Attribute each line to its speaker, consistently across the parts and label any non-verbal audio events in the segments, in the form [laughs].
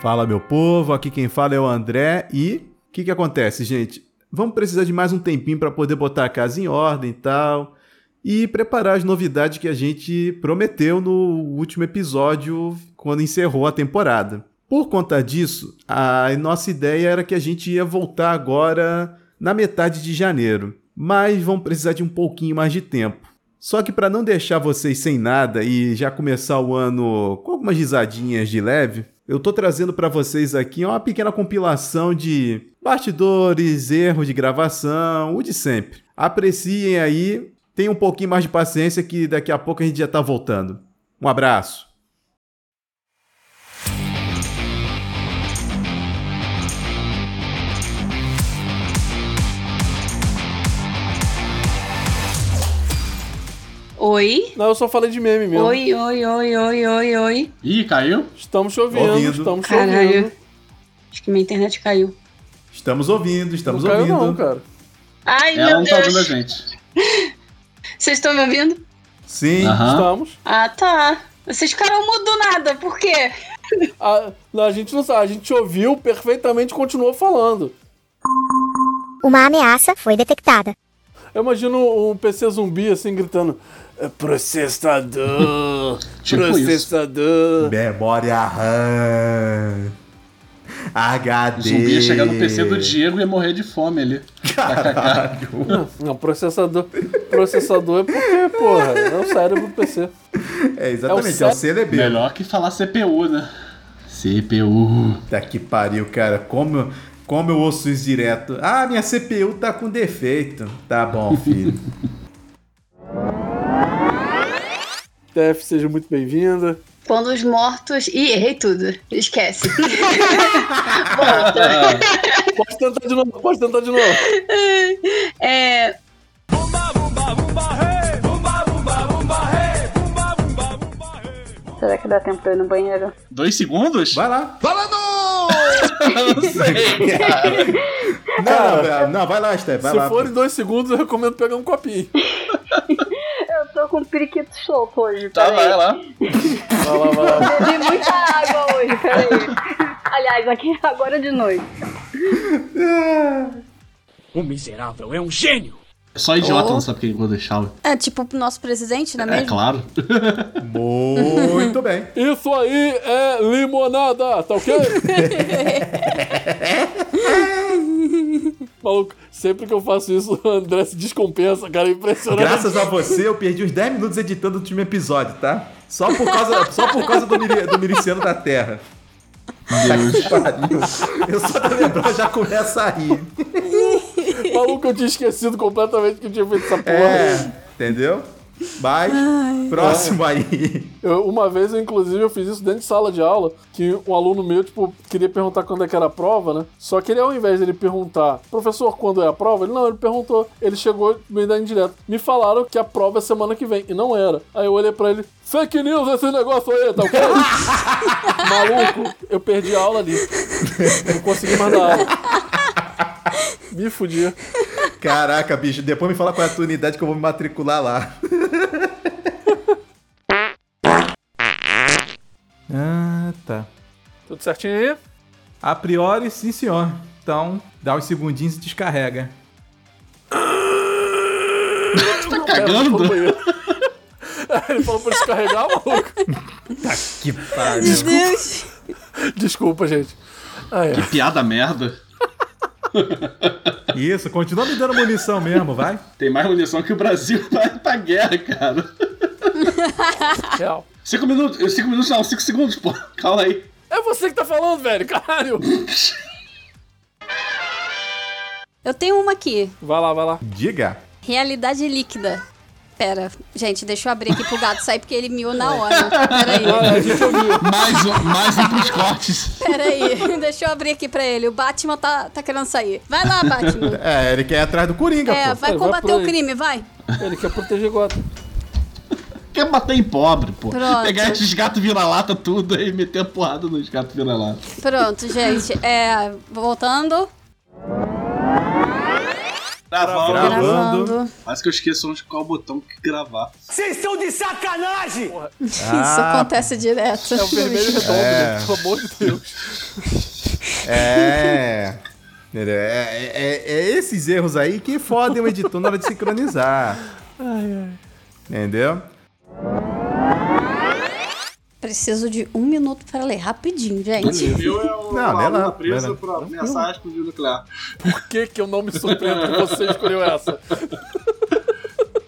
Speaker 1: Fala, meu povo. Aqui quem fala é o André. E o que, que acontece, gente? Vamos precisar de mais um tempinho para poder botar a casa em ordem e tal. E preparar as novidades que a gente prometeu no último episódio, quando encerrou a temporada. Por conta disso, a nossa ideia era que a gente ia voltar agora na metade de janeiro. Mas vamos precisar de um pouquinho mais de tempo. Só que para não deixar vocês sem nada e já começar o ano com algumas risadinhas de leve, eu tô trazendo para vocês aqui uma pequena compilação de bastidores, erros de gravação, o de sempre. Apreciem aí, tenham um pouquinho mais de paciência que daqui a pouco a gente já tá voltando. Um abraço.
Speaker 2: Oi?
Speaker 3: Não, eu só falei de meme mesmo.
Speaker 2: Oi, oi, oi, oi, oi, oi.
Speaker 4: Ih, caiu?
Speaker 3: Estamos chovendo,
Speaker 1: Ouvindo.
Speaker 3: estamos
Speaker 2: Caralho.
Speaker 3: chovendo.
Speaker 2: Acho que minha internet caiu.
Speaker 1: Estamos ouvindo, estamos
Speaker 3: não caiu
Speaker 1: ouvindo.
Speaker 3: não, cara.
Speaker 2: Ai,
Speaker 4: Ela
Speaker 2: meu
Speaker 4: não tá ouvindo a
Speaker 2: Deus.
Speaker 4: gente.
Speaker 2: Vocês estão me ouvindo?
Speaker 1: Sim.
Speaker 4: Aham.
Speaker 3: Estamos.
Speaker 2: Ah, tá. Vocês ficaram mudo do nada, por quê?
Speaker 3: A, não, a gente não sabe, a gente ouviu perfeitamente e continuou falando.
Speaker 5: Uma ameaça foi detectada.
Speaker 3: Eu imagino um PC zumbi assim gritando: "É processador,
Speaker 4: [laughs] Tipo isso.
Speaker 3: processador.
Speaker 1: Memória RAM.
Speaker 4: O
Speaker 1: HD.
Speaker 4: zumbi ia chegar no PC do Diego e ia morrer de fome ali.
Speaker 1: Caralho.
Speaker 3: Não, processador. Processador é porque, porra, é o cérebro do PC.
Speaker 1: [laughs] É exatamente, é
Speaker 3: É
Speaker 1: o,
Speaker 3: o
Speaker 1: CDB.
Speaker 4: Melhor que falar CPU, né? CPU.
Speaker 1: Puta que pariu, cara. Como, eu- como eu ouço isso direto. Ah, minha CPU tá com defeito. Tá bom, filho.
Speaker 3: TF, seja muito bem-vinda.
Speaker 2: Quando os mortos. Ih, errei tudo. Esquece.
Speaker 3: Pode tentar de novo, pode tentar de novo.
Speaker 2: [laughs] É. Será que dá tempo pra eu ir no banheiro?
Speaker 4: Dois segundos? [laughs]
Speaker 1: Vai lá.
Speaker 4: Não sei.
Speaker 1: Não, não, não, vai lá, Steph. Vai
Speaker 3: Se
Speaker 1: lá.
Speaker 3: for em
Speaker 1: pô.
Speaker 3: dois segundos, eu recomendo pegar um copinho.
Speaker 2: Eu tô com um periquito solto hoje.
Speaker 4: Tá, vai lá.
Speaker 3: Vai lá, vai lá.
Speaker 2: Bebi [laughs] muita água hoje, peraí. Aliás, aqui agora de noite.
Speaker 6: O miserável é um gênio!
Speaker 4: Só idiota não sabe quem Golden Shower.
Speaker 7: É tipo o nosso presidente, não é
Speaker 4: É
Speaker 7: mesmo?
Speaker 4: claro.
Speaker 1: Muito bem.
Speaker 3: Isso aí é limonada, tá
Speaker 1: [laughs]
Speaker 3: ok? Maluco, sempre que eu faço isso, o André se descompensa, cara, é impressionante.
Speaker 1: Graças a você, eu perdi uns 10 minutos editando o último episódio, tá? Só por causa, só por causa do, miri- do miliciano da Terra.
Speaker 4: Deus.
Speaker 1: Pariu. [laughs] Eu só de lembrar já começa a rir.
Speaker 3: Maluco, eu tinha esquecido completamente que eu tinha feito essa porra.
Speaker 1: É, entendeu? Mas, próximo aí.
Speaker 3: Eu- uma vez, eu, inclusive, eu fiz isso dentro de sala de aula, que um aluno meu, tipo, queria perguntar quando é que era a prova, né? Só que ele, ao invés dele perguntar, professor, quando é a prova? Ele, não, ele perguntou. Ele chegou me dando direto. Me falaram que a prova é semana que vem, e não era. Aí eu olhei pra ele, fake news esse negócio aí, tá ok? [laughs] Maluco, eu perdi a aula ali. Não consegui mais dar aula. Me fudi.
Speaker 1: Caraca, bicho, depois me fala qual é a tua unidade que eu vou me matricular lá. ah, tá.
Speaker 3: Tudo certinho aí?
Speaker 1: A priori, sim, senhor. Então, dá uns segundinhos e descarrega.
Speaker 4: Tá
Speaker 3: Ela foi
Speaker 1: [laughs]
Speaker 3: no
Speaker 4: cagando?
Speaker 3: banheiro. Ele [laughs] falou pra descarregar, maluco.
Speaker 1: Que pariu.
Speaker 7: Deus.
Speaker 3: Desculpa, gente. Ah, é, Ai, ai.
Speaker 4: Piada merda.
Speaker 1: Isso, continua me dando munição mesmo, vai.
Speaker 4: Tem mais munição que o Brasil [laughs] pra, pra guerra, cara.
Speaker 3: Real.
Speaker 4: Cinco minutos. Cinco minutos não, cinco segundos, pô. Calma aí.
Speaker 3: É você que tá falando, velho, caralho!
Speaker 7: Eu tenho uma aqui.
Speaker 3: Vai lá, vai lá.
Speaker 1: Diga.
Speaker 7: Realidade líquida. Pera, gente, deixa eu abrir aqui pro gato sair porque ele miou na hora. Pera aí,
Speaker 4: Mais um, mais um pros cortes.
Speaker 7: pera aí. [laughs] Deixa eu abrir aqui pra ele. O Batman tá, tá querendo sair. Vai
Speaker 1: [laughs]
Speaker 7: lá, Batman.
Speaker 1: É, ele quer ir atrás do Coringa,
Speaker 7: É,
Speaker 1: pô.
Speaker 7: vai
Speaker 3: Vai
Speaker 7: combater
Speaker 3: pra
Speaker 7: o
Speaker 3: ele.
Speaker 7: crime, vai.
Speaker 3: Ele quer proteger Gotham. É
Speaker 4: Quer bater em pobre, pô.
Speaker 7: Pronto.
Speaker 4: Pegar esses gatos vira-lata tudo e meter a porrada nos gatos vira-lata.
Speaker 7: Pronto, gente. É, voltando.
Speaker 4: Gravando.
Speaker 1: Gravando.
Speaker 4: Quase um- que eu esqueço onde qual botão que gravar.
Speaker 7: Isso
Speaker 1: Ah,
Speaker 7: acontece direto.
Speaker 3: É o vermelho redondo,
Speaker 1: É.
Speaker 3: né? Pelo amor de Deus.
Speaker 1: É. É, é- é- é esses erros aí que fodem o editor na hora de sincronizar. Entendeu?
Speaker 7: Preciso de um minuto pra ler rapidinho, gente.
Speaker 4: Viu? É
Speaker 1: Não,
Speaker 4: o
Speaker 1: lê lá,
Speaker 4: aluna
Speaker 1: lê
Speaker 4: presa
Speaker 1: lá.
Speaker 4: pra ameaçar a explodir nuclear.
Speaker 3: Por que, que eu não me surpreendo que você escolheu essa?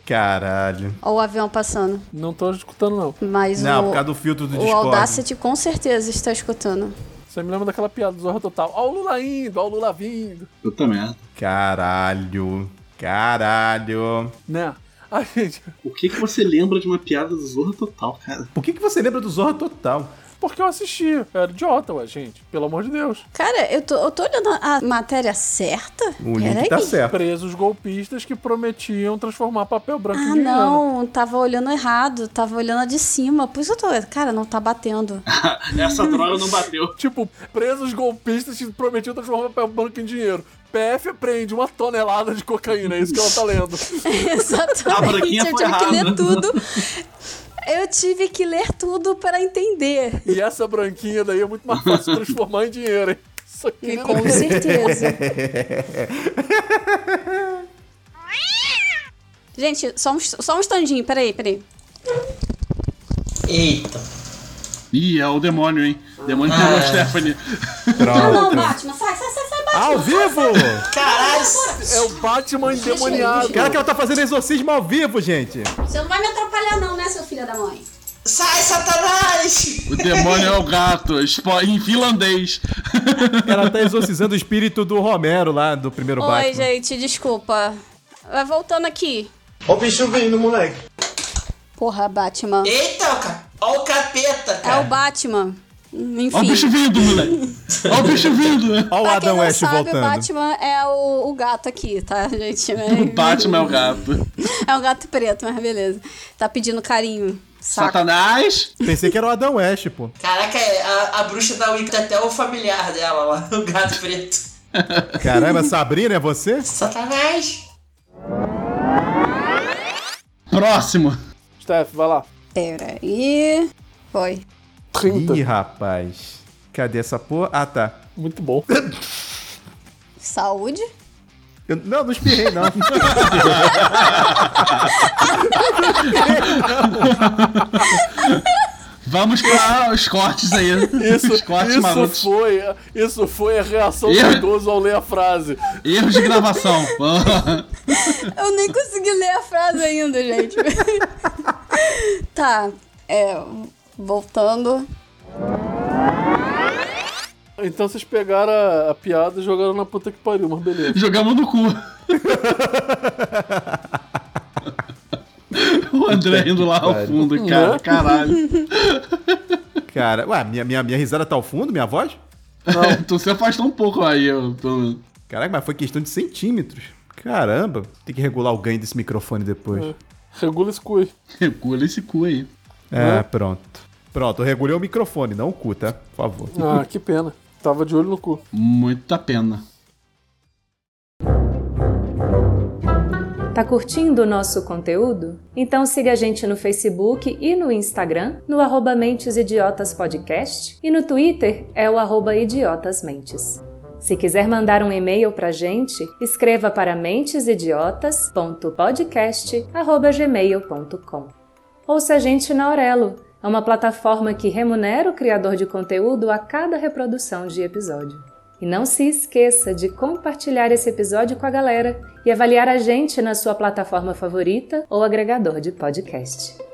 Speaker 1: Caralho.
Speaker 7: Ó, o avião passando.
Speaker 3: Não tô escutando, não.
Speaker 7: Mas
Speaker 1: Não,
Speaker 7: o,
Speaker 1: por causa do filtro do
Speaker 7: o
Speaker 1: Discord.
Speaker 7: Audacity com certeza está escutando.
Speaker 3: Você me lembra daquela piada do Zorra Total. Ó o Lula indo, ó o Lula vindo.
Speaker 4: Puta merda.
Speaker 1: Caralho. Caralho.
Speaker 3: Né? A gente...
Speaker 4: Por que, que você lembra de uma piada do Zorra Total, cara?
Speaker 1: Por que, que você lembra do Zorra Total?
Speaker 3: Porque eu assisti. Eu era idiota, ué, gente. Pelo amor de Deus.
Speaker 7: Cara, eu tô, eu tô olhando a matéria certa?
Speaker 1: O link
Speaker 7: Peraí.
Speaker 1: tá certo.
Speaker 3: Presos golpistas que prometiam transformar papel branco em
Speaker 7: Ah,
Speaker 3: dinheiro.
Speaker 7: não, tava olhando errado, tava olhando a de cima, por isso eu tô. Cara, não
Speaker 1: [laughs]
Speaker 7: tá batendo.
Speaker 4: Essa droga não bateu.
Speaker 3: Tipo, presos golpistas que prometiam transformar papel branco em dinheiro. PF prende uma tonelada de cocaína, é isso que ela tá lendo.
Speaker 4: A
Speaker 7: Exatamente,
Speaker 4: branquinha
Speaker 7: eu
Speaker 4: foi
Speaker 7: tive que
Speaker 4: errada.
Speaker 7: ler tudo. Eu tive que ler tudo para entender.
Speaker 3: E essa branquinha daí é muito mais fácil transformar em dinheiro, hein? Isso aqui não é
Speaker 7: Com
Speaker 1: [laughs]
Speaker 7: certeza. Gente, só um, só um instantinho, peraí, peraí.
Speaker 8: Eita.
Speaker 4: Ih, é o demônio, hein? Demônio pegou a Stephanie.
Speaker 7: Ah, não,
Speaker 1: Pronto.
Speaker 7: Batman, sai, sai, sai, sai, Batman.
Speaker 1: Ao vivo!
Speaker 8: Caralho.
Speaker 3: é o Batman endemoniado.
Speaker 1: Cara, que ela tá fazendo exorcismo ao vivo, gente.
Speaker 7: Você não vai me atrapalhar, não, né, seu filho da mãe?
Speaker 8: Sai, Satanás.
Speaker 4: O demônio é o gato, spo- em finlandês.
Speaker 1: Ela tá exorcizando o espírito do Romero lá do primeiro
Speaker 7: Oi,
Speaker 1: Batman.
Speaker 7: gente, desculpa. Vai voltando aqui.
Speaker 9: Ó o bicho vindo, moleque.
Speaker 7: Porra, Batman.
Speaker 8: Eita, cara. Ó o capeta,
Speaker 7: É o
Speaker 8: cara.
Speaker 7: Batman. Enfim.
Speaker 4: Ó o bicho vindo, moleque. Ó o bicho vindo.
Speaker 1: Olha o
Speaker 7: Pra quem
Speaker 1: Adam
Speaker 7: não
Speaker 1: West
Speaker 7: sabe,
Speaker 1: voltando.
Speaker 7: o Batman é o, o gato aqui, tá, [laughs] gente?
Speaker 4: O Batman é o gato.
Speaker 7: É um gato preto, mas beleza. Tá pedindo carinho. Saco.
Speaker 4: Satanás.
Speaker 1: Pensei que era o Adam West, pô.
Speaker 8: Caraca, é, a, a bruxa da Wicca tem até o familiar dela lá, [laughs] o gato preto.
Speaker 1: Caramba, Sabrina, é você?
Speaker 8: Satanás.
Speaker 4: Próximo.
Speaker 3: Steph, vai lá.
Speaker 7: Pera aí. Foi.
Speaker 3: 30.
Speaker 1: Ih, rapaz. Cadê essa porra? Ah, tá.
Speaker 3: Muito bom.
Speaker 7: Saúde.
Speaker 1: Eu- não, não espirrei,
Speaker 7: [laughs]
Speaker 1: não.
Speaker 4: Vamos para os cortes aí.
Speaker 3: [laughs] Isso,
Speaker 4: os cortes malucos.
Speaker 3: isso foi, isso foi a reação do
Speaker 4: Eu-
Speaker 3: idoso ao ler a frase.
Speaker 4: Erro de gravação.
Speaker 3: [laughs]
Speaker 7: Eu nem consegui ler a frase ainda, gente. [laughs] tá. É. Voltando.
Speaker 3: Então vocês pegaram a, a piada e jogaram na puta que pariu, mas beleza. [laughs]
Speaker 4: Jogamos no cu. O André indo lá ao fundo, cara. Caralho.
Speaker 1: Cara, ué, minha, minha, minha risada tá ao fundo, minha voz?
Speaker 4: Tu se afastou um pouco aí, eu pelo menos.
Speaker 1: Caraca, mas foi questão de centímetros. Caramba, tem que regular o ganho desse microfone depois.
Speaker 3: Regula esse cu. aí.
Speaker 4: Regula esse cu aí.
Speaker 1: É, pronto. Pronto, eu regulei o microfone, não o cu, tá? Por favor.
Speaker 3: Ah, que pena. Tava de olho no cu.
Speaker 4: Muita pena.
Speaker 10: Tá curtindo o nosso conteúdo? Então siga a gente no Facebook e no Instagram, no arroba Mentes Idiotas Podcast, e no Twitter é o arroba Idiotas Mentes. Se quiser mandar um e-mail pra gente, escreva para mentesidiotas.podcast.gmail.com Ouça a gente na Aurelo, é uma plataforma que remunera o criador de conteúdo a cada reprodução de episódio. E não se esqueça de compartilhar esse episódio com a galera e avaliar a gente na sua plataforma favorita ou agregador de podcast.